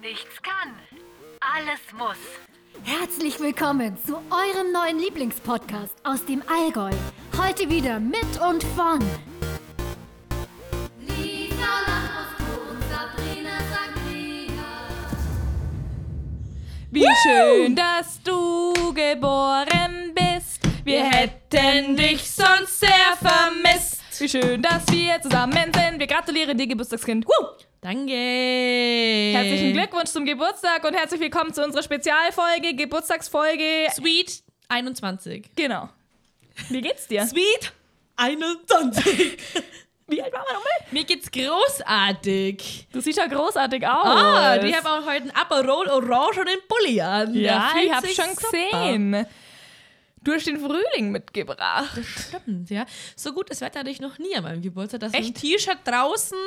nichts kann, alles muss. Herzlich willkommen zu eurem neuen Lieblingspodcast aus dem Allgäu. Heute wieder mit und von. Lisa Lambrusco und Sabrina Sagria. Wie schön, dass du geboren bist. Wir hätten dich sonst sehr vermisst. Wie schön, dass wir zusammen sind. Wir gratulieren dir, Geburtstagskind. Woo! Danke. Herzlichen Glückwunsch zum Geburtstag und herzlich willkommen zu unserer Spezialfolge, Geburtstagsfolge. Sweet 21. Genau. Wie geht's dir? Sweet 21. Wie alt war man nochmal? Mir geht's großartig. Du siehst ja großartig aus. Ah, die haben auch heute einen Aperol Orange und einen Bulli an. ja, Da ich fühlt hab's sich schon super. gesehen. Du hast den Frühling mitgebracht. Stimmt, Hm, ja. So gut das Wetter hatte ich noch nie an meinem Geburtstag, dass Echt? ein T-Shirt draußen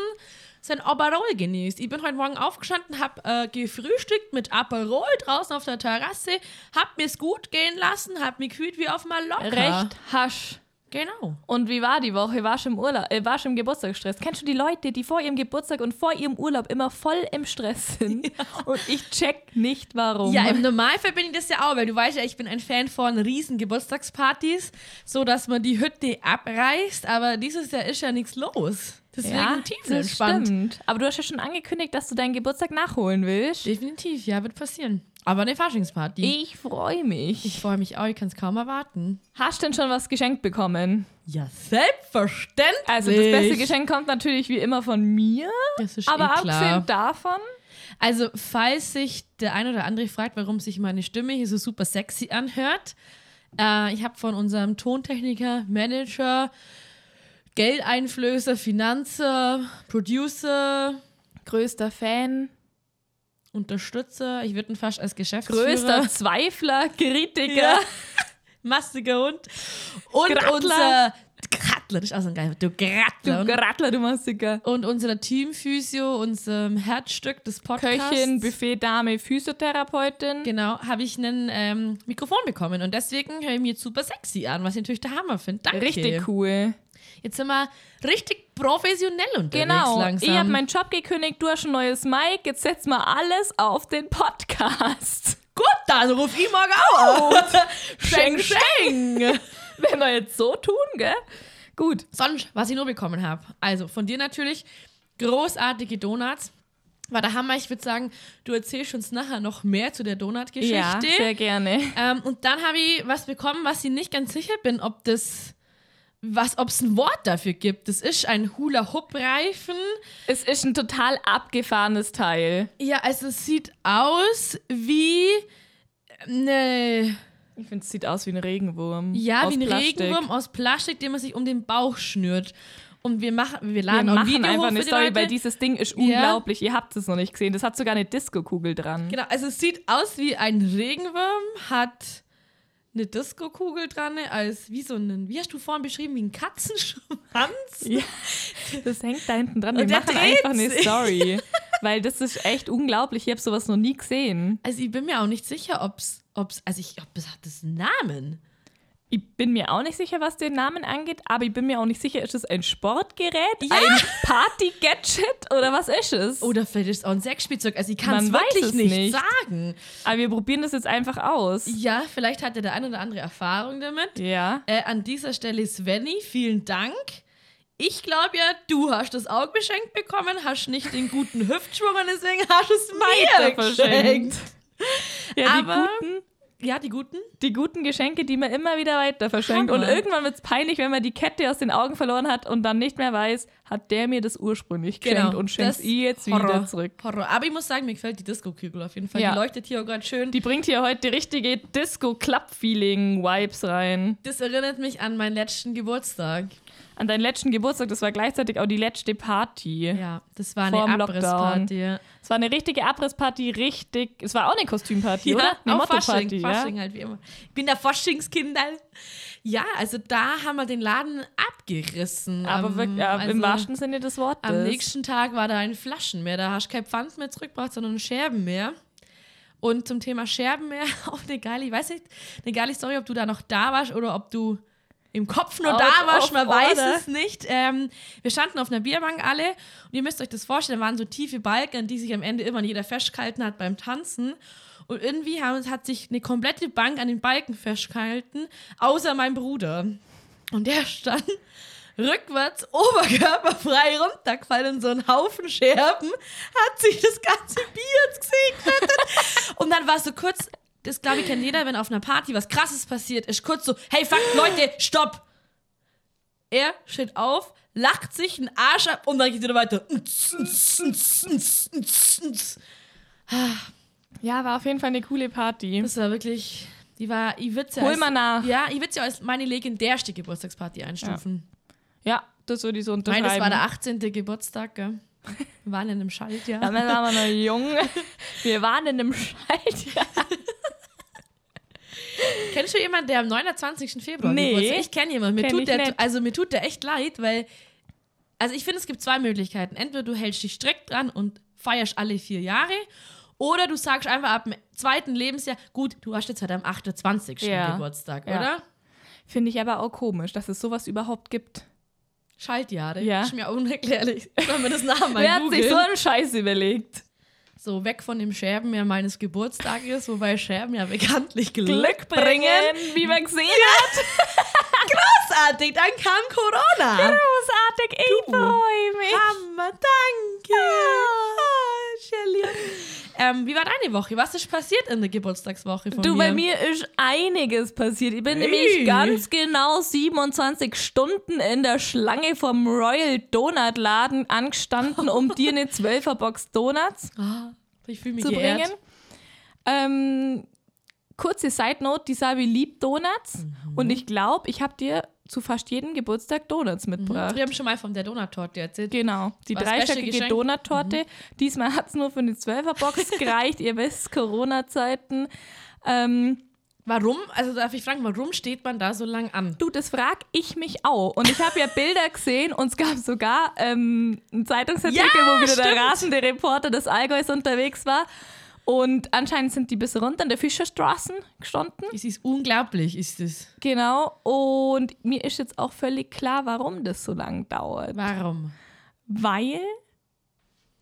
sein Aperol genießt. Ich bin heute Morgen aufgestanden, hab äh, gefrühstückt mit Aperol draußen auf der Terrasse, hab mir's gut gehen lassen, hab mich kühlt wie auf Mallorca. Recht hasch. Genau. Und wie war die Woche? Warst du im Urlaub, äh, warst du im Geburtstagsstress? Kennst du die Leute, die vor ihrem Geburtstag und vor ihrem Urlaub immer voll im Stress sind? Und ich check nicht warum. Ja, im Normalfall bin ich das ja auch, weil du weißt ja, ich bin ein Fan von riesen Geburtstagspartys, so dass man die Hütte abreißt, aber dieses Jahr ist ja nichts los. Deswegen ja, das tiefenentspannt. stimmt. Aber du hast ja schon angekündigt, dass du deinen Geburtstag nachholen willst. Definitiv, ja, wird passieren. Aber eine Faschingsparty. Ich freue mich. freue mich auch, ich kann es kaum erwarten. Hast du denn schon was geschenkt bekommen? Ja, selbstverständlich. Also das beste Geschenk kommt natürlich wie immer von mir. Das ist Aber eh klar. abgesehen davon, Also, falls sich der ein oder andere fragt, warum sich meine Stimme hier so super sexy anhört, äh, ich habe von unserem Tontechniker, Manager, Geldeinflößer, Finanzer, Producer, größter Fan, Unterstützer, ich würde ihn fast als Geschäftsführer. größter Zweifler, Kritiker. Ja. Mastiger Hund. Und Grattler. unser Grattler, das ist auch so ein geiler. Du Du Grattler. Grattler, du Massiker. und unser Teamphysio, unserem Herzstück des Podcasts. Köchin, Buffet-Dame, Physiotherapeutin. Genau, habe ich ein ähm, Mikrofon bekommen und deswegen höre ich mir jetzt super sexy an, was ich natürlich der Hammer finde. Danke. Richtig cool. Jetzt sind wir richtig professionell unterwegs Genau. langsam. Ich habe meinen Job gekündigt, du hast ein neues Mic. Jetzt setz mal alles auf den Podcast. Gut, dann ruf ich morgen auch auf. Scheng, scheng. Wenn wir jetzt so tun, gell? Gut. Sonst, was ich nur bekommen habe. Also von dir natürlich großartige Donuts. War der Hammer. Ich würde sagen, du erzählst uns nachher noch mehr zu der Donut-Geschichte. Ja, sehr gerne. Ähm, und dann habe ich was bekommen, was ich nicht ganz sicher bin, ob das was, ob es ein Wort dafür gibt. Das ist ein Hula-Hoop-Reifen. Es ist ein total abgefahrenes Teil. Ja, also es sieht aus wie eine, Ich finde, es sieht aus wie ein Regenwurm. ja, Aus wie ein Plastik. Regenwurm aus Plastik, den man sich um den Bauch schnürt. Und wir machen, wir Wir laden auch ein machen Video Genau, einfach hoch eine für die Story, Leute. weil dieses Ding ist Ja. unglaublich. Ihr habt es noch nicht gesehen. Das hat sogar eine Disco-Kugel dran. Genau, also es sieht aus wie ein Regenwurm, hat eine Disco-Kugel dran, als wie so einen, wie hast du vorhin beschrieben, wie ein Katzenschwanz. Ja, das hängt da hinten dran. Und Wir der machen dreht einfach eine sich. Story. Weil das ist echt unglaublich. Ich habe sowas noch nie gesehen. Also ich bin mir auch nicht sicher, ob's, ob's, also ich, ob es hat das einen Namen. Ich bin mir auch nicht sicher, was den Namen angeht, aber ich bin mir auch nicht sicher, ist es ein Sportgerät, ein Party-Gadget oder was ist es? Oder vielleicht ist es auch ein Sexspielzeug. Also ich kann es Man weiß wirklich es nicht, nicht. sagen. aber wir probieren das jetzt einfach aus. Ja, vielleicht hatte der ein oder andere Erfahrung damit. Ja. Äh, an dieser Stelle Svenny, vielen Dank. Ich glaube ja, du hast das auch geschenkt bekommen, hast nicht den guten Hüftschwung und deswegen hast du es mir Weiter verschenkt. geschenkt. Ja, die Aber- guten, Ja, die guten. die guten Geschenke, die man immer wieder weiter verschenkt. Und Hammer. irgendwann wird es peinlich, wenn man die Kette aus den Augen verloren hat und dann nicht mehr weiß, hat der mir das ursprünglich geschenkt und schenkt Genau. Das- ihr jetzt wieder zurück. Horror. Aber ich muss sagen, mir gefällt die Disco-Kugel auf jeden Fall. Ja. Die leuchtet hier auch gerade schön. Die bringt hier heute die richtige Disco-Club-Feeling-Vibes rein. das erinnert mich an meinen letzten Geburtstag. An deinen letzten Geburtstag, das war gleichzeitig auch die letzte Party. Ja, das war Vorm eine Lockdown. Abrissparty. Es war eine richtige Abrissparty, richtig. Es war auch eine Kostümparty, oder? Eine auch Fasching, Motto-Party, ja. Fasching halt wie immer. Ich bin der Faschingskindal. Ja, also da haben wir den Laden abgerissen. Aber Am- wirklich, ja, also im wahrsten Sinne des Wortes. Am nächsten Tag war da ein Flaschen mehr. Da hast du kein Pfand mehr zurückgebracht, sondern Scherben mehr. Und zum Thema Scherben mehr, auch eine geile, ich weiß nicht, eine geile Story, ob du da noch da warst oder ob du im Kopf nur Out da war, of man weiß order. es nicht. Ähm, wir standen auf einer Bierbank alle und ihr müsst euch das vorstellen, waren so tiefe Balken, an die sich am Ende immer jeder festgehalten hat beim Tanzen. Und irgendwie haben, hat sich eine komplette Bank an den Balken festgehalten, außer mein Bruder. Und der stand rückwärts, oberkörperfrei runtergefallen in so einen Haufen Scherben, hat sich das ganze Bier ins Gesicht gerettet. Und dann war es so kurz, das glaube ich kennt jeder, wenn auf einer Party was Krasses passiert ist, kurz so, hey, fuck, Leute, stopp. Er steht auf, lacht sich einen Arsch ab und dann geht wieder weiter. Das Ja, war auf jeden Fall eine coole Party. war wirklich, die war, ich würde sie Hol als- mal nach. Ja, ich würde sie als meine legendärste Geburtstagsparty einstufen. Ja, das würde ich so Ich unterschreiben. meine, das war der 18. Geburtstag, gell? Wir waren in einem Schaltjahr. Damals waren wir noch jung. Wir waren in einem Schaltjahr. Kennst du jemanden, der am 29. Februar Nee. Geburtstag Ich kenne jemanden. Mir Kenn tut ich der, nicht. Also mir tut der echt leid, weil... Also ich finde, es gibt zwei Möglichkeiten. Entweder du hältst dich strikt dran und feierst alle vier Jahre oder du sagst einfach ab dem zweiten Lebensjahr, gut, du hast jetzt halt am 28. Ja. Geburtstag, Ja. oder? Finde ich aber auch komisch, dass es sowas überhaupt gibt. Schaltjahre. Ja. Ist mir auch unerklärlich. Sollen wir das Namen mal Wer hat googeln? sich so einen Scheiß überlegt? So, weg von dem Scherbenjahr meines Geburtstages, wobei Scherben ja bekanntlich Glück, Glück bringen, wie man gesehen hat. Ah, Großartig, dann kam Corona. Großartig, ich freue mich. Hammer, danke. Ah, Shelley. ähm, wie war deine Woche? Was ist passiert in der Geburtstagswoche von Du, mir? bei mir ist einiges passiert. Ich bin Ui. nämlich ganz genau 27 Stunden in der Schlange vom Royal Donut Laden angestanden, um dir eine 12er Box Donuts Ah, ich fühle mich zu geehrt. bringen. Ähm, kurze Side Note, die Sabi liebt Donuts Mhm. und ich glaube, ich habe dir zu fast jedem Geburtstag Donuts mitgebracht. Wir haben schon mal von der Donut-Torte erzählt. Genau, die Mhm. War ein Special dreistöckige Geschenk. Mhm. Donut-Torte. Diesmal hat es nur für eine 12er-Box gereicht. Ihr wisst, Corona-Zeiten. Ähm, Warum, also darf ich fragen, warum steht man da so lang an? Du, das frag ich mich auch. Und ich habe ja Bilder gesehen und es gab sogar ähm, einen Zeitungsartikel, Ja, wo wieder stimmt. der rasende Reporter des Allgäus unterwegs war. Und anscheinend sind die bis runter in der Fischerstraßen gestanden. Es ist unglaublich, ist es. Genau. Und mir ist jetzt auch völlig klar, warum das so lang dauert. Warum? Weil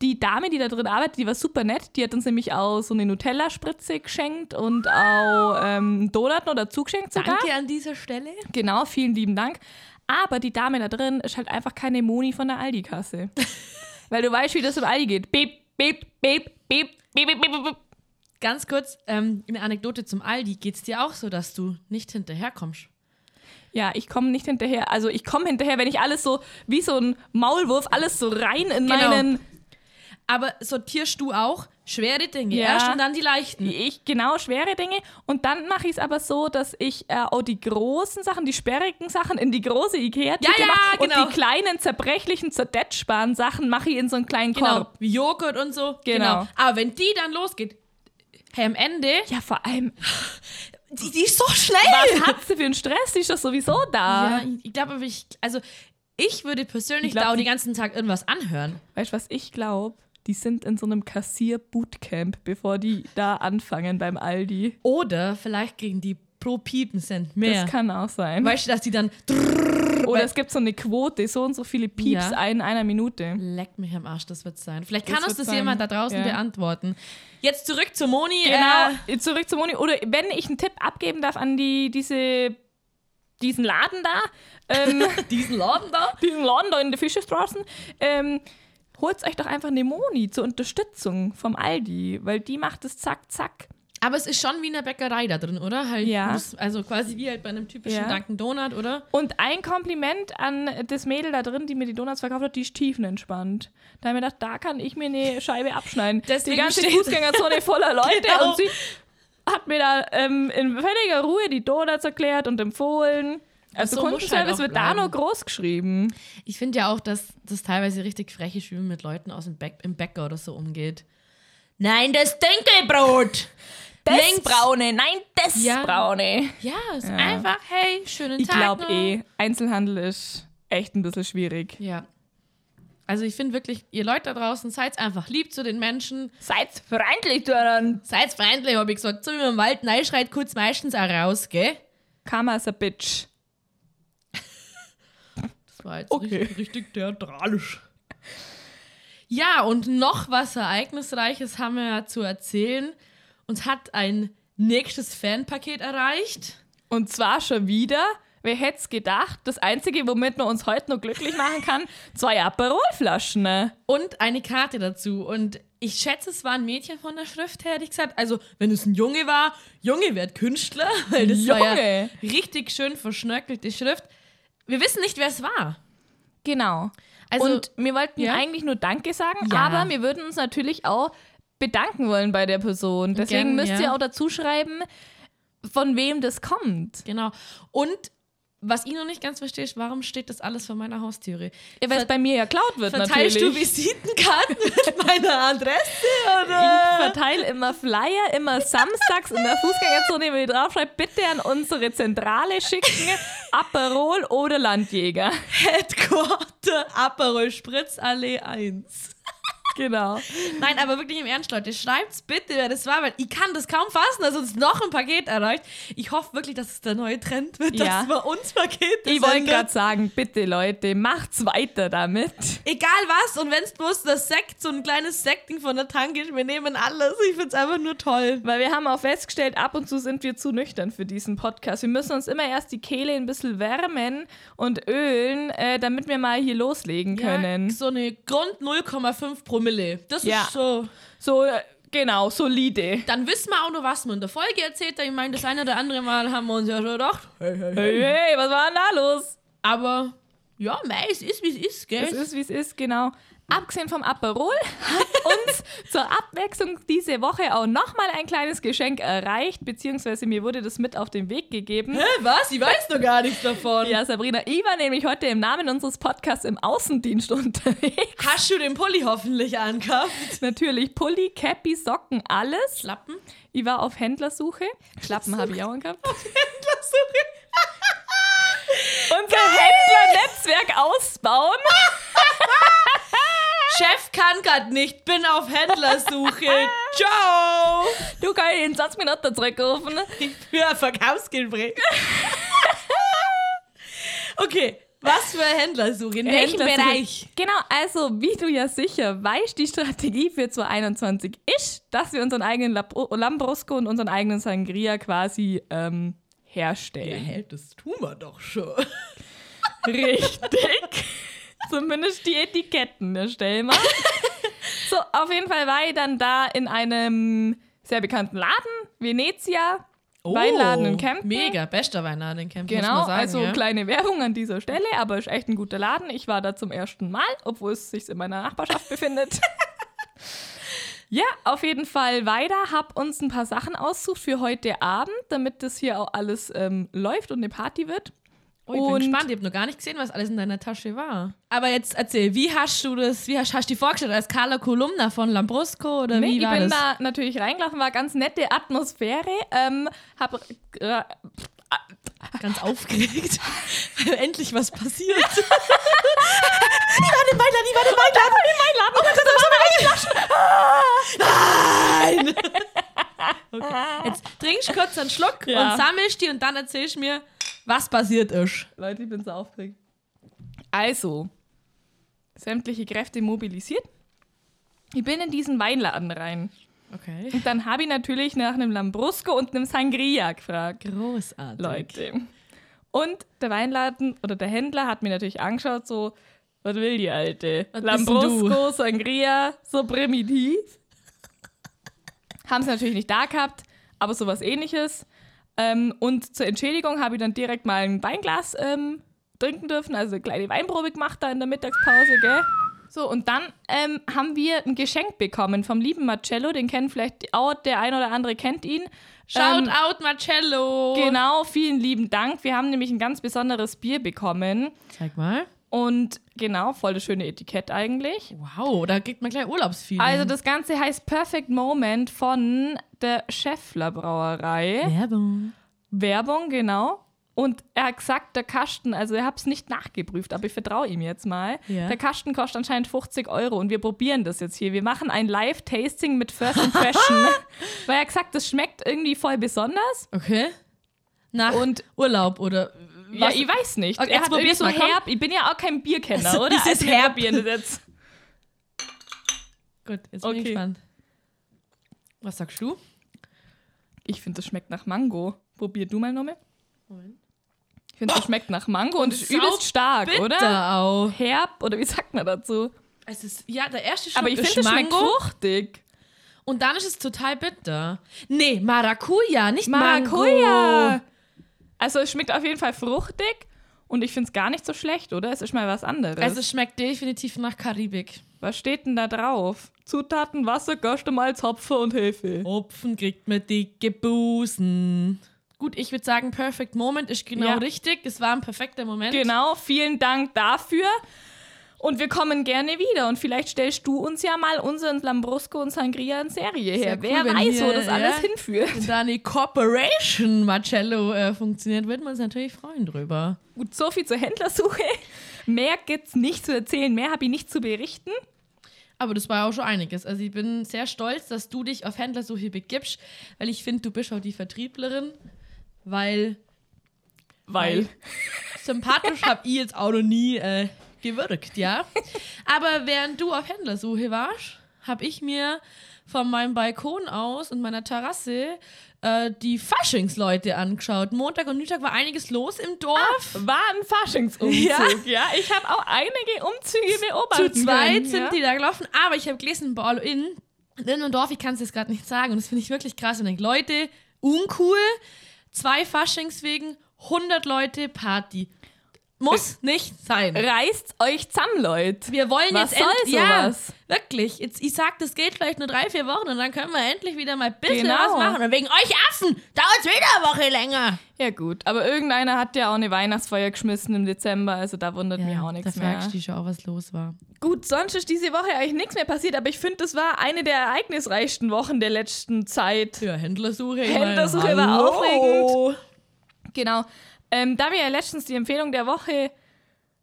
die Dame, die da drin arbeitet, die war super nett. Die hat uns nämlich auch so eine Nutella-Spritze geschenkt und auch ähm, Donuts oder zugeschenkt sogar. Danke an dieser Stelle. Genau, vielen lieben Dank. Aber die Dame da drin ist halt einfach keine Moni von der Aldi-Kasse. Weil du weißt, wie das im Aldi geht. Beep, beep, beep, beep, beep, beep, beep, beep. Ganz kurz, ähm, eine Anekdote zum Aldi. Geht's dir auch so, dass du nicht hinterherkommst? Ja, ich komme nicht hinterher. Also ich komme hinterher, wenn ich alles so, wie so ein Maulwurf, alles so rein in Genau. meinen... Aber sortierst du auch schwere Dinge Ja. erst und dann die leichten? Ich, genau, schwere Dinge. Und dann mache ich es aber so, dass ich äh, auch die großen Sachen, die sperrigen Sachen in die große Ikea-Tüte Ja, ja, mache. genau. Und die kleinen, zerbrechlichen, zerdatschbaren Sachen mache ich in so einen kleinen Genau, Korb. wie Joghurt und so. Genau. Aber wenn die dann losgeht, hey, am Ende, Ja, vor allem, die, die ist so schnell. was hat sie für einen Stress? Die ist doch sowieso da. Ja, ich- ich glaube, aber ich, also ich würde persönlich Ich glaub, da auch die- den ganzen Tag irgendwas anhören. Weißt du, was ich glaube? Die sind in so einem Kassier-Bootcamp, bevor die da anfangen beim Aldi. Oder vielleicht kriegen die pro Piepen Cent mehr. Das kann auch sein. Weißt du, dass die dann Oder es gibt so eine Quote, so und so viele Pieps Ja. ein in einer Minute. Leck mich am Arsch, das wird sein. Vielleicht Das kann uns wird das sein, jemand da draußen ja. beantworten. Jetzt zurück zu Moni. Genau, Äh, zurück zum Moni. Oder wenn ich einen Tipp abgeben darf an die, diese, diesen Laden da, ähm, diesen Laden da. diesen Laden da in der Fischerstraßen, ähm, holt euch doch einfach eine Moni zur Unterstützung vom Aldi, weil die macht es zack, zack. Aber es ist schon wie in der Bäckerei da drin, oder? Halt Ja. muss- Also quasi wie halt bei einem typischen Ja. Dunkin' Donut, oder? Und ein Kompliment an das Mädel da drin, die mir die Donuts verkauft hat, die ist tiefenentspannt. Da habe ich mir gedacht, da kann ich mir eine Scheibe abschneiden. Deswegen die ganze steht- Fußgängerzone voller Leute Genau. und sie hat mir da ähm, in völliger Ruhe die Donuts erklärt und empfohlen. Also so muss Kundenservice halt auch wird da bleiben. nur groß geschrieben. Ich finde ja auch, dass das teilweise richtig frech ist, wie man mit Leuten aus dem Bäck im Bäcker oder so umgeht. Nein, das Dinkelbrot! Links. braune, nein, das Ja. braune. Ja, ist einfach, hey, schönen Ich Tag glaube noch. eh, Einzelhandel ist echt ein bisschen schwierig. Ja. Also ich finde wirklich, ihr Leute da draußen, seid einfach lieb zu den Menschen. Seid freundlich daran. Seid freundlich, habe ich gesagt. So wie man im Wald neischreit, kurz meistens auch raus, gell? Karma is a bitch. Das war jetzt Okay. richtig, richtig theatralisch. Ja, und noch was Ereignisreiches haben wir ja zu erzählen. Uns hat ein nächstes Fanpaket erreicht. Und zwar schon wieder, wer hätte es gedacht, das Einzige, womit man uns heute noch glücklich machen kann, zwei Aperolflaschen. ne? und eine Karte dazu. Und ich schätze, es war ein Mädchen von der Schrift her, hätte ich gesagt. Also, wenn es ein Junge war, Junge wird Künstler, weil das war ja Junge. richtig schön verschnörkelte Schrift. Wir wissen nicht, wer es war. Genau. Also- und wir wollten Ja? eigentlich nur Danke sagen, Ja. aber wir würden uns natürlich auch bedanken wollen bei der Person. Deswegen Gern, müsst ja. ihr auch dazu schreiben, von wem das kommt. Genau. Und was ich noch nicht ganz verstehe, ist, warum steht das alles vor meiner Haustüre? Ja, weil es Ver- bei mir ja klaut wird Verteilst natürlich. du Visitenkarten mit meiner Adresse? Ich verteile immer Flyer, immer samstags in der Fußgängerzone, wenn ihr draufschreibt, bitte an unsere Zentrale schicken, Aperol oder Landjäger. Headquarter Aperol Spritzallee 1. Genau. Nein, aber wirklich im Ernst, Leute, schreibt's bitte, wer das war, weil ich kann das kaum fassen, dass uns noch ein Paket erreicht. Ich hoffe wirklich, dass es der neue Trend wird, Ja. dass wir uns Pakete Ich wollte senden. gerade sagen, bitte Leute, macht's weiter damit. Egal was, und wenn's bloß das Sekt, so ein kleines Sektding von der Tanke ist, wir nehmen alles. Ich find's einfach nur toll. Weil wir haben auch festgestellt, ab und zu sind wir zu nüchtern für diesen Podcast. Wir müssen uns immer erst die Kehle ein bisschen wärmen und ölen, äh, damit wir mal hier loslegen können. Ja, so eine Grund 0,5 Promille. Das Ja. ist so. So, äh, genau, solide. Dann wissen wir auch noch, was wir in der Folge erzählt haben. Ich meine, das eine oder andere Mal haben wir uns ja schon gedacht. Hey, hey, hey. Hey, hey, was war denn da los? Aber ja, mei, es ist, wie es ist, gell? Es ist, wie es ist, genau. Abgesehen vom Aperol hat uns zur Abwechslung diese Woche auch nochmal ein kleines Geschenk erreicht, beziehungsweise mir wurde das mit auf den Weg gegeben. Hä, was? Ich weiß doch gar nichts davon. Ja, Sabrina, ich war nämlich heute im Namen unseres Podcasts im Außendienst unterwegs. Hast du den Pulli hoffentlich angekauft? Natürlich Pulli, Cappy, Socken, alles. Schlappen? Ich war auf Händlersuche. Schlappen habe ich auch angehabt. Unser Händlernetzwerk ausbauen. Chef kann grad nicht, bin auf Händlersuche. Ciao! Du kannst in 20 Minuten zurückrufen. Für ein Verkaufsgespräch. okay, was für Händlersuche? In welchem Händler sind- Bereich? Genau, also wie du ja sicher weißt, die Strategie für 2021 ist, dass wir unseren eigenen Lab- Lambrusco und unseren eigenen Sangria quasi ähm, herstellen. hält, das tun wir doch schon. Richtig. Zumindest die Etiketten erstellen wir. so, auf jeden Fall war ich dann da in einem sehr bekannten Laden, Venezia. Weinladen in Kempten. Oh, Mega, bester Weinladen in Kempten, muss Genau, man sagen. also ja. kleine Werbung an dieser Stelle, aber ist echt ein guter Laden. Ich war da zum ersten Mal, obwohl es sich in meiner Nachbarschaft befindet. ja, auf jeden Fall weiter. Hab uns ein paar Sachen aussucht für heute Abend, damit das hier auch alles ähm, läuft und eine Party wird. Oh, ich bin und- gespannt, ich habe noch gar nicht gesehen, was alles in deiner Tasche war. Aber jetzt erzähl, wie hast du das, wie hast, hast du dich vorgestellt, als Carla Kolumna von Lambrusco oder Nee, wie ich war bin das? da natürlich reingelaufen, war ganz nette Atmosphäre. Ähm, hab, äh, ganz aufgeregt, weil endlich was passiert. ich war in meinem Laden, ich war in meinem Laden, ich war in meinem Laden. Oh mein Gott, da Oh war Nein! Ah! Okay. Jetzt trinkst kurz einen Schluck Ja. und sammelst die und dann erzählst mir, was passiert ist. Leute, ich bin so aufgeregt. Also, sämtliche Kräfte mobilisiert. Ich bin in diesen Weinladen rein. Okay. Und dann habe ich natürlich nach einem Lambrusco und einem Sangria gefragt. Großartig. Ähm, Leute. Und der Weinladen oder der Händler hat mir natürlich angeschaut, so, was will die Alte? Was bist denn Lambrusco, Sangria, so primitiv. Haben sie natürlich nicht da gehabt, aber sowas ähnliches. Ähm, und zur Entschädigung habe ich dann direkt mal ein Weinglas ähm, trinken dürfen, also eine kleine Weinprobe gemacht da in der Mittagspause, gell? So, und dann ähm, haben wir ein Geschenk bekommen vom lieben Marcello, den kennen vielleicht auch, der ein oder andere kennt ihn. Shout Ähm, out Marcello. Genau, vielen lieben Dank. Wir haben nämlich ein ganz besonderes Bier bekommen. Zeig mal. Und genau, voll das schöne Etikett Mhm. eigentlich. Wow, da kriegt man gleich Urlaubsfeeling. Also das Ganze heißt Perfect Moment von der Scheffler Brauerei. Werbung. Werbung, genau. Und er hat gesagt, der Kasten, also ich habe es nicht nachgeprüft, aber ich vertraue ihm jetzt mal. Ja. Der Kasten kostet anscheinend 50 Euro und wir probieren das jetzt hier. Wir machen ein Live-Tasting mit First Impression. Weil er hat gesagt, das schmeckt irgendwie voll besonders. Okay. Nach Und- Urlaub oder Ja, ich weiß nicht. Okay, er jetzt hat irgendwie probier's so mal, komm. herb. Ich bin ja auch kein Bierkenner, Also, oder? das ist Also, herb. probieren das jetzt. Gut, jetzt bin Okay. ich gespannt. Was sagst du? Ich finde, das schmeckt nach Mango. Probier du mal nochmal. Moment. Ich finde, das schmeckt nach Mango und ist übelst stark, oder? Bitter auch. Herb, oder wie sagt man dazu? Es ist, ja, der erste Schluck Aber ich ist finde, das schmeckt Mango fruchtig. und dann ist es total bitter. Nee, Maracuja, nicht Maracuja! Mango. Also es schmeckt auf jeden Fall fruchtig und ich finde es gar nicht so schlecht, oder? Es ist mal was anderes. Also es schmeckt definitiv nach Karibik. was steht denn da drauf? Zutaten, Wasser, Gerstemalz, Hopfer und Hefe. Hopfen kriegt man dicke Busen. Gut, ich würde sagen, Perfect Moment ist genau Ja. richtig. Es war ein perfekter Moment. Genau, vielen Dank dafür. Und wir kommen gerne wieder. Und vielleicht stellst du uns ja mal unseren Lambrusco und Sangria in Serie her. cool, Wer wenn weiß, wo hier, das ja. alles hinführt. Wenn da eine Corporation Marcello äh, funktioniert, würden wir uns natürlich freuen drüber. Gut, so viel zur Händlersuche. Mehr gibt's nicht zu erzählen, mehr habe ich nicht zu berichten. Aber das war auch schon einiges. Also ich bin sehr stolz, dass du dich auf Händlersuche begibst, weil ich finde, du bist auch die Vertrieblerin, weil Weil. sympathisch habe ich jetzt auch noch nie äh, gewirkt, ja. Aber während du auf Händlersuche warst, habe ich mir von meinem Balkon aus und meiner Terrasse äh, die Faschingsleute angeschaut. Montag und Dienstag war einiges los im Dorf. War ein Faschingsumzug, ja. Ich habe auch einige Umzüge Zu beobachtet. zweit können, sind ja. die da gelaufen, aber ich habe gelesen, bei All In, in einem Dorf, ich kann es jetzt gerade nicht sagen, und das finde ich wirklich krass. Und ich denke, Leute, uncool, zwei Faschings wegen, 100 Leute Party. Äh, Muss nicht sein. Reißt euch zusammen, Leute. Wir wollen Was jetzt soll endlich. Ja, sowas? wirklich. Jetzt, ich sag, das geht vielleicht nur drei, vier Wochen und dann können wir endlich wieder mal ein bisschen Genau. was machen. Und wegen euch Affen dauert es wieder eine Woche länger. Ja gut, aber irgendeiner hat ja auch eine Weihnachtsfeier geschmissen im Dezember, also da wundert mich auch nichts mehr. du schon auch, was los war. Gut, sonst ist diese Woche eigentlich nichts mehr passiert, aber ich finde, das war eine der ereignisreichsten Wochen der letzten Zeit. Ja, Händlersuche. ich Händlersuche meine, war hallo. aufregend. Genau. Ähm, da wir ja letztens die Empfehlung der Woche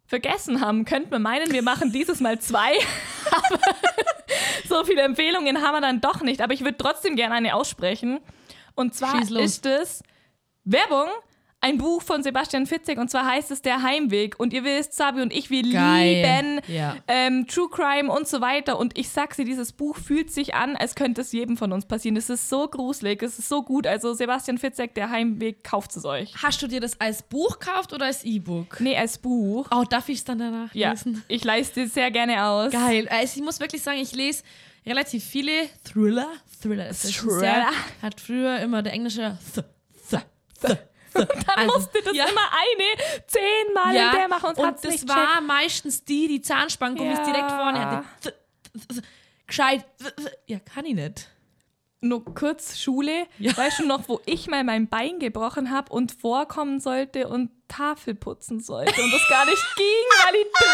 vergessen haben, könnte man meinen, wir machen dieses Mal zwei. Aber so viele Empfehlungen haben wir dann doch nicht. Aber ich würde trotzdem gerne eine aussprechen. Und zwar Schieß los. ist es Werbung, ein Buch von Sebastian Fitzek. Und zwar heißt es Der Heimweg. Und ihr wisst, Sabi und ich, wir Geil. lieben Ja. ähm, True Crime und so weiter. Und ich sag's dir, dieses Buch fühlt sich an, als könnte es jedem von uns passieren. Es ist so gruselig, es ist so gut. Also Sebastian Fitzek, der Heimweg, kauft es euch. Hast du dir das als Buch gekauft oder als E-Book? Nee, als Buch. Oh, darf ich es dann danach Ja, lesen? ich leiste es sehr gerne aus. Geil. Also ich muss wirklich sagen, ich lese relativ viele Thriller. Thriller. ist das schon Thriller. Sehr, hat früher immer der englische th, th, th, th. Dann musste das immer eine zehnmal ja, in der machen Also, und, und hat's das nicht war meistens die, die Zahnspanngummis Ja. direkt vorne hatte. Th, th, th. Gescheit. Th, th. Ja, kann ich nicht. nur kurz Schule. Ja. Weißt du noch, wo ich mal mein Bein gebrochen habe und vorkommen sollte und Tafel putzen sollte und das gar nicht ging, weil ich Dr-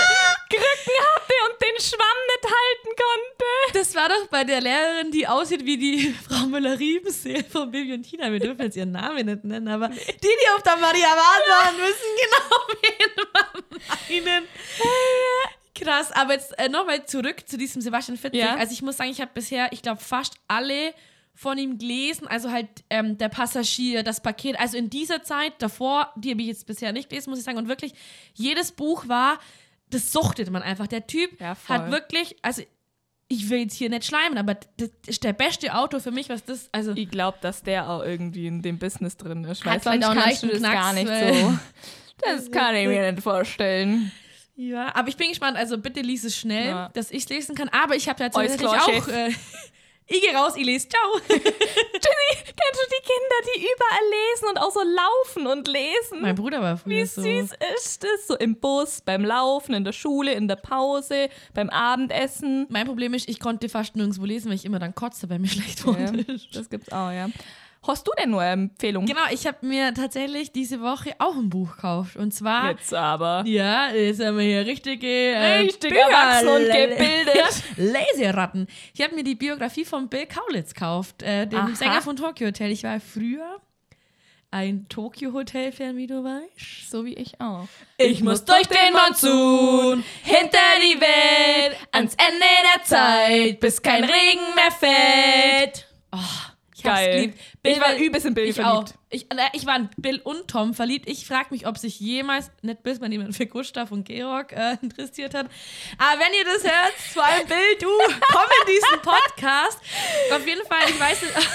Krücken hatte und den Schwamm nicht halten konnte. Das war doch bei der Lehrerin, die aussieht wie die Frau Müller-Riebensee von Bibi und Tina. Wir dürfen jetzt ihren Namen nicht nennen, aber die, die auf der Maria Wahn waren, wissen genau, wen wir meinen. Krass, aber jetzt äh, nochmal zurück zu diesem Sebastian Fitzek. Ja. Also ich muss sagen, ich habe bisher, ich glaube, fast alle von ihm gelesen. Also halt ähm, der Passagier, das Paket. Also in dieser Zeit davor, die habe ich jetzt bisher nicht gelesen, muss ich sagen. Und wirklich, jedes Buch war, das suchtet man einfach. Der Typ Ja, voll. hat wirklich, also ich will jetzt hier nicht schleimen, aber das ist der beste Autor für mich, was das, also Ich glaube, dass der auch irgendwie in dem Business drin ist, weil Hat vielleicht sonst auch einen kannst du das leichten gar nicht Knacks, so. Das kann ich mir nicht vorstellen. ja, aber ich bin gespannt, also bitte lies es schnell, Ja. dass ich lesen kann, aber ich habe Alles tatsächlich klar, auch Chef. äh, ich gehe raus, ich lese, ciao. Kennst du die Kinder, die überall lesen und auch so laufen und lesen? Mein Bruder war früher Wie so. süß ist das? So im Bus, beim Laufen, in der Schule, in der Pause, beim Abendessen. Mein Problem ist, ich konnte fast nirgendwo lesen, weil ich immer dann kotze, weil mir schlecht wurde. das gibt's auch, ja. Hast du denn nur eine Empfehlung? Genau, ich habe mir tatsächlich diese Woche auch ein Buch gekauft und zwar Jetzt aber. Ja, jetzt haben wir hier richtige äh, Richtig Bücher- erwachsen und gebildet. Laseratten. Ich habe mir die Biografie von Bill Kaulitz gekauft, äh, dem Aha. Sänger von Tokyo Hotel. Ich war früher ein Tokyo Hotel Fan, wie du weißt. So wie ich auch. Ich muss durch den Monsun, hinter die Welt, ans Ende der Zeit, bis kein Regen mehr fällt. Oh, ich hab's Geil. geliebt. Ich war Bill- übelst in Bill ich verliebt. Auch. Ich, äh, ich war in Bill und Tom verliebt. Ich frage mich, ob sich jemals, nicht bis man jemand für Gustav und Georg äh, interessiert hat. Aber wenn ihr das hört, vor allem Bill, du, komm in diesen Podcast. Auf jeden Fall, ich weiß nicht.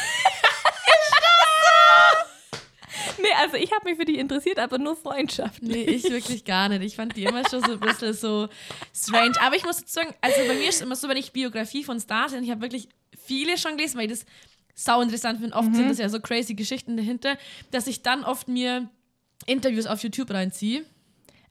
Nee, also ich habe mich für die interessiert, aber nur Freundschaft. Nee, ich wirklich gar nicht. Ich fand die immer schon so ein bisschen so strange. Aber ich muss jetzt sagen, also bei mir ist es immer so, wenn ich Biografie von Stars und ich habe wirklich viele schon gelesen, weil ich das sau interessant finde. Oft Mhm. sind das ja so crazy Geschichten dahinter, dass ich dann oft mir Interviews auf YouTube reinziehe.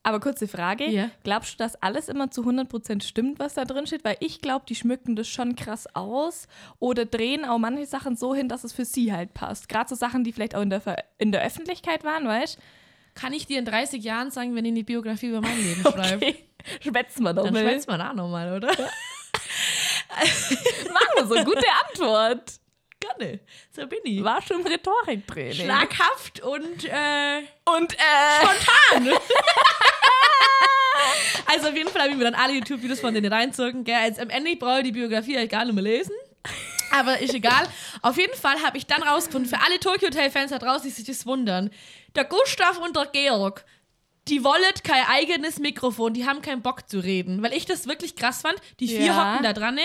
Aber kurze Frage. Ja. Glaubst du, dass alles immer zu 100% stimmt, was da drin steht? Weil ich glaube, die schmücken das schon krass aus oder drehen auch manche Sachen so hin, dass es für sie halt passt. Gerade so Sachen, die vielleicht auch in der, Ver in der Öffentlichkeit waren, weißt Kann ich dir in 30 Jahren sagen, wenn ich eine Biografie über mein Leben schreibe? Okay. Schwätzen wir doch Dann mal. schwätzt man da nochmal, oder? Machen wir so. Gute Antwort. Gerne. So bin ich. War schon Rhetoriktraining. Schlaghaft und äh, Und äh, Also auf jeden Fall habe ich mir dann alle YouTube-Videos von denen reinzogen. Gell? Jetzt am Ende brauche ich die Biografie halt gar nicht mehr lesen. Aber ist egal. Auf jeden Fall habe ich dann rausgefunden, für alle Tokyo Hotel-Fans da draußen, die sich das wundern, der Gustav und der Georg, die wollen kein eigenes Mikrofon, die haben keinen Bock zu reden. Weil ich das wirklich krass fand. Die vier Ja. hocken da dran ne?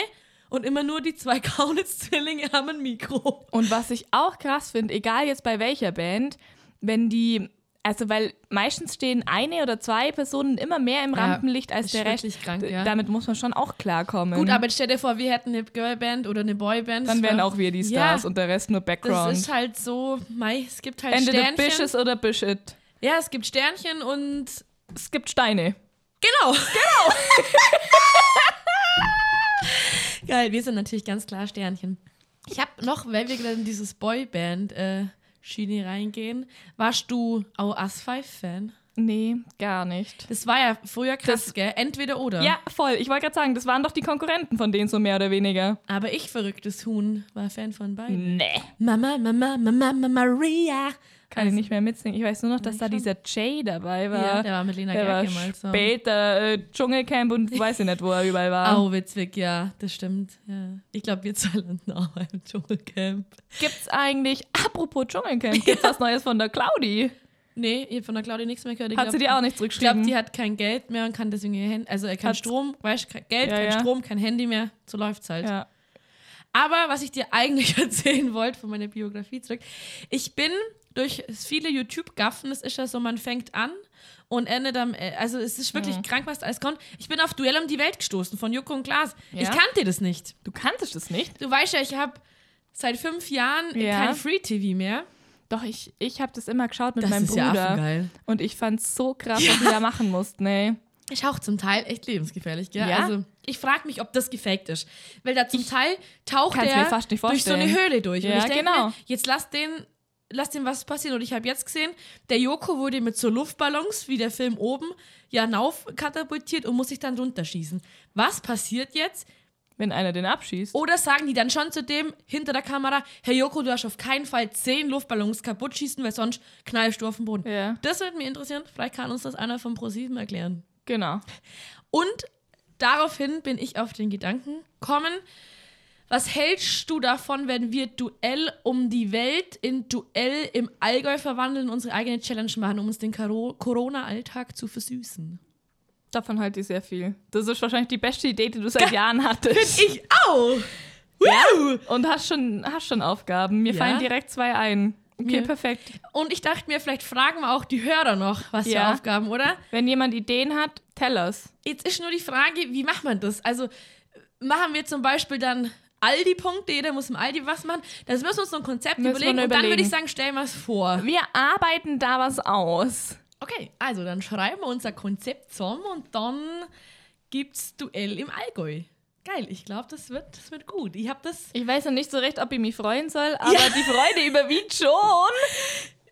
und immer nur die zwei Kaunitz-Zwillinge haben ein Mikro. Und was ich auch krass finde, egal jetzt bei welcher Band, wenn die, also weil meistens stehen eine oder zwei Personen immer mehr im Ja, Rampenlicht als ist der Rest. wirklich krank, ja. Damit muss man schon auch klarkommen. Gut, aber jetzt stell dir vor, wir hätten eine Girlband oder eine Boyband. dann Das wären wär- auch wir die Ja. Stars und der Rest nur Das Background. ist halt so, mei, es gibt halt Entweder Sternchen. Bishes oder Bishit. Ja, es gibt Sternchen und. Es gibt Steine. Genau! Genau! Geil, wir sind natürlich ganz klar Sternchen. Ich habe noch, weil wir gerade in dieses Boyband-Schiene reingehen, warst du auch As-5-Fan? Nee, gar nicht. Das war ja früher krass, gell? Entweder oder. Ja, voll. Ich wollte gerade sagen, das waren doch die Konkurrenten von denen so mehr oder weniger. Aber ich, verrücktes Huhn, war Fan von beiden. Nee. Mama, Mama, Mama, Mama, Maria. Kann ich nicht mehr mitsingen. Ich weiß nur noch, dass da dieser Jay dabei war. Ja, der war mit Lena Der war Gerke mal so. später äh, Dschungelcamp und weiß ich nicht, wo er überall war. Au, witzig, ja, das stimmt. Ja. Ich glaube, wir zwei landen auch im Dschungelcamp. Gibt's eigentlich, apropos Dschungelcamp, gibt's was Neues von der Claudi? Nee, ihr habt von der Claudia nichts mehr gehört. Ich Hat sie dir auch nichts Ich glaube, zurückgeschrieben? die hat kein Geld mehr und kann deswegen ihr Handy, also äh, kein Hat's- Strom, weißt, kein Geld, Ja, kein ja. Strom, kein Handy mehr, so läuft's halt. ja. Aber was ich dir eigentlich erzählen wollte von meiner Biografie zurück, ich bin durch viele YouTube-Gaffen, das ist ja so, man fängt an und endet am, äh, also es ist wirklich Mhm. krank, was da alles kommt. Ich bin auf Duell um die Welt gestoßen von Joko und Glas. Ja? Ich kannte das nicht. Du kanntest es nicht? Du weißt ja, ich habe seit fünf Jahren Ja. kein Free-TV mehr. Doch, ich, ich habe das immer geschaut mit Das meinem ist ja Bruder. affengeil. und ich fand's so krass, was die da machen mussten, ey. Ist auch zum Teil echt lebensgefährlich, gell? Ja? Also, ich frage mich, ob das gefaked ist. Weil da zum Teil taucht kann's er mir fast nicht durch so eine vorstellen. Höhle durch. Und Ja, ich denke genau. mir, jetzt lass den, lass den was passieren. Und ich habe jetzt gesehen, der Joko wurde mit so Luftballons, wie der Film oben, ja katapultiert und muss sich dann runterschießen. Was passiert jetzt? Wenn einer den abschießt. Oder sagen die dann schon zu dem hinter der Kamera, Herr Joko, du darfst auf keinen Fall zehn Luftballons kaputt schießen, weil sonst knallst du auf den Boden. Ja. Das würde mich interessieren. Vielleicht kann uns das einer von ProSieben erklären. Genau. Und daraufhin bin ich auf den Gedanken gekommen, was hältst du davon, wenn wir Duell um die Welt in Duell im Allgäu verwandeln und unsere eigene Challenge machen, um uns den Karo- Corona-Alltag zu versüßen? Davon halte ich sehr viel. Das ist wahrscheinlich die beste Idee, die du seit Jahren hattest. Ich auch! Wow! Und hast schon, hast schon Aufgaben. Mir Ja. fallen direkt zwei ein. Okay, Mir- perfekt. Und ich dachte mir, vielleicht fragen wir auch die Hörer noch, was Ja. für Aufgaben, oder? Wenn jemand Ideen hat, tell us. Jetzt ist nur die Frage, wie macht man das? Also machen wir zum Beispiel dann Aldi-Punkte, jeder muss im Aldi was machen. Das müssen wir uns noch ein Konzept Müssen wir überlegen. noch Und dann würde überlegen. ich sagen, stellen wir es vor. Wir arbeiten da was aus. Okay, also dann schreiben wir unser Konzept zusammen und dann gibt's Duell im Allgäu. Geil, ich glaube, das wird, das wird gut. Ich habe das. Ich weiß noch nicht so recht, ob ich mich freuen soll, aber die Freude überwiegt schon. Ah,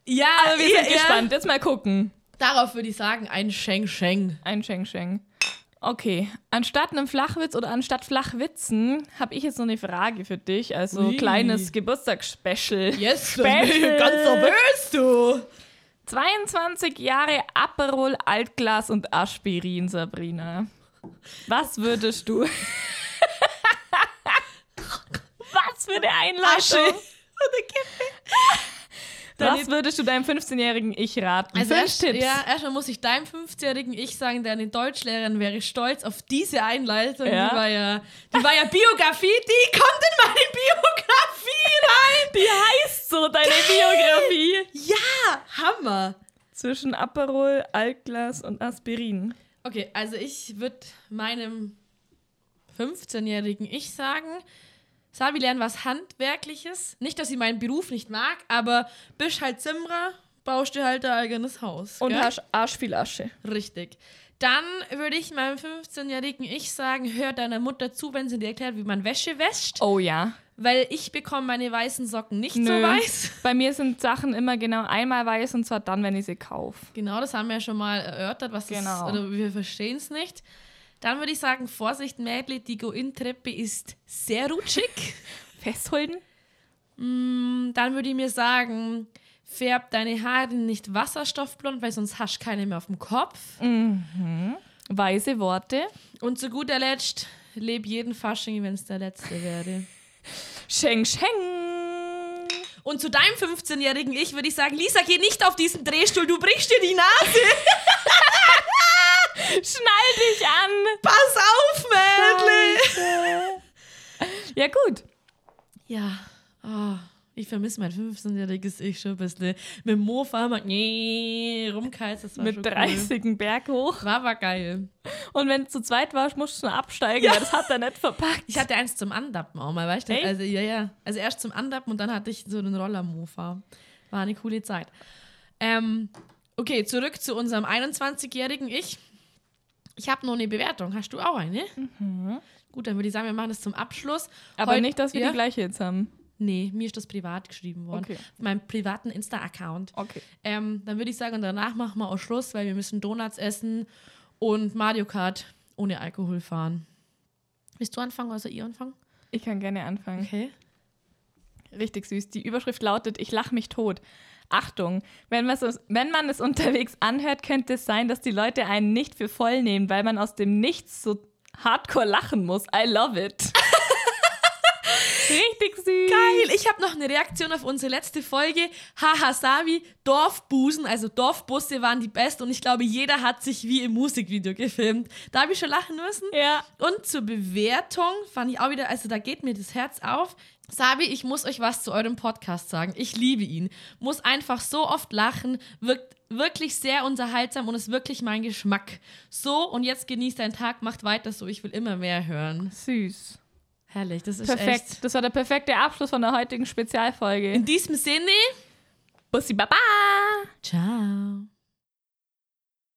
Ja, Aber wir sind gespannt. Jetzt mal gucken. Darauf würde ich sagen, ein Sheng Sheng. Ein Scheng Scheng. Okay, anstatt einem Flachwitz oder anstatt Flachwitzen habe ich jetzt noch eine Frage für dich. Also Ui. kleines Geburtstagsspecial. Yes, das bin ich ganz nervös, du. 22 Jahre Aperol, Altglas und Aspirin, Sabrina. Was würdest du... Was für eine Einladung. Asche. Und eine Kippe. Was würdest du deinem 15-jährigen Ich raten? Also Fünf erst, Ja, erstmal muss ich deinem 15-jährigen Ich sagen, deine Deutschlehrerin wäre stolz auf diese Einleitung. Ja. Die war ja, die war ja Biografie, die kommt in meine Biografie rein. Die heißt so deine Biografie. Ja, Hammer. Zwischen Aperol, Altglas und Aspirin. Okay, also ich würde meinem 15-jährigen Ich sagen, Sabi lern was Handwerkliches. Nicht, dass sie meinen Beruf nicht mag, aber bist halt Zimmerer, baust dir halt dein eigenes Haus. Und gell? hast Arsch viel Asche. Richtig. Dann würde ich meinem 15-jährigen Ich sagen, hör deiner Mutter zu, wenn sie dir erklärt, wie man Wäsche wäscht. Oh ja. Weil ich bekomme meine weißen Socken nicht so Nö. weiß. Bei mir sind Sachen immer genau einmal weiß und zwar dann, wenn ich sie kaufe. Genau, das haben wir ja schon mal erörtert, was Genau. das oder wir verstehen es nicht. Dann würde ich sagen, Vorsicht, Mädli, die Go-In-Treppe ist sehr rutschig. Festholden? Mm, Dann würde ich mir sagen, färb deine Haare nicht wasserstoffblond, weil sonst hast du keine mehr auf dem Kopf. Weise Worte. Und zu guter Letzt, leb jeden Fasching, wenn es der letzte wäre. Scheng, scheng. Und zu deinem 15-jährigen Ich würde ich sagen, Lisa, geh nicht auf diesen Drehstuhl, du brichst dir die Nase. Schnall dich an. Pass auf, Mädel. Ja, gut. Ja, Ah, ich vermisse mein 15-jähriges Ich schon ein bisschen. Mit dem Mofa mal nee, rumkreist, das war schon Mit 30 einen Berg hoch. Cool. War aber geil. Und wenn du zu zweit warst, musst du noch absteigen, weil das hat er nicht verpackt. Ich hatte eins zum Andappen auch mal, weißt du? Echt? Also, ja, ja. Also erst zum Andappen und dann hatte ich so einen Rollermofa. War eine coole Zeit. Ähm, okay, zurück zu unserem 21-jährigen Ich. Ich habe noch eine Bewertung. Hast du auch eine? Gut, dann würde ich sagen, wir machen das zum Abschluss. Mhm. Aber Heut- nicht, dass wir ja? die gleiche jetzt haben. Nee, mir ist das privat geschrieben worden. Okay. Auf meinem privaten Insta-Account. Okay. Ähm, dann würde ich sagen, und danach machen wir auch Schluss, weil wir müssen Donuts essen und Mario Kart ohne Alkohol fahren. Willst du anfangen oder soll ich anfangen? Ich kann gerne anfangen. Okay. Richtig süß. Die Überschrift lautet: Ich lach mich tot. Achtung, wenn, man es- wenn man es unterwegs anhört, könnte es sein, dass die Leute einen nicht für voll nehmen, weil man aus dem Nichts so hardcore lachen muss. I love it. Richtig süß. Geil, ich habe noch eine Reaktion auf unsere letzte Folge. Haha, Sabi, Dorfbusen, also Dorfbusse waren die best und ich glaube, jeder hat sich wie im Musikvideo gefilmt. Da habe ich schon lachen müssen. Ja. Und zur Bewertung fand ich auch wieder, also da geht mir das Herz auf. Sabi, ich muss euch was zu eurem Podcast sagen. Ich liebe ihn. Muss einfach so oft lachen, wirkt wirklich sehr unterhaltsam und ist wirklich mein Geschmack. So, und jetzt genießt deinen Tag, macht weiter so, ich will immer mehr hören. Süß. Herrlich, das ist Perfekt. echt. Das war der perfekte Abschluss von der heutigen Spezialfolge. In diesem Sinne, Bussi Baba! ciao.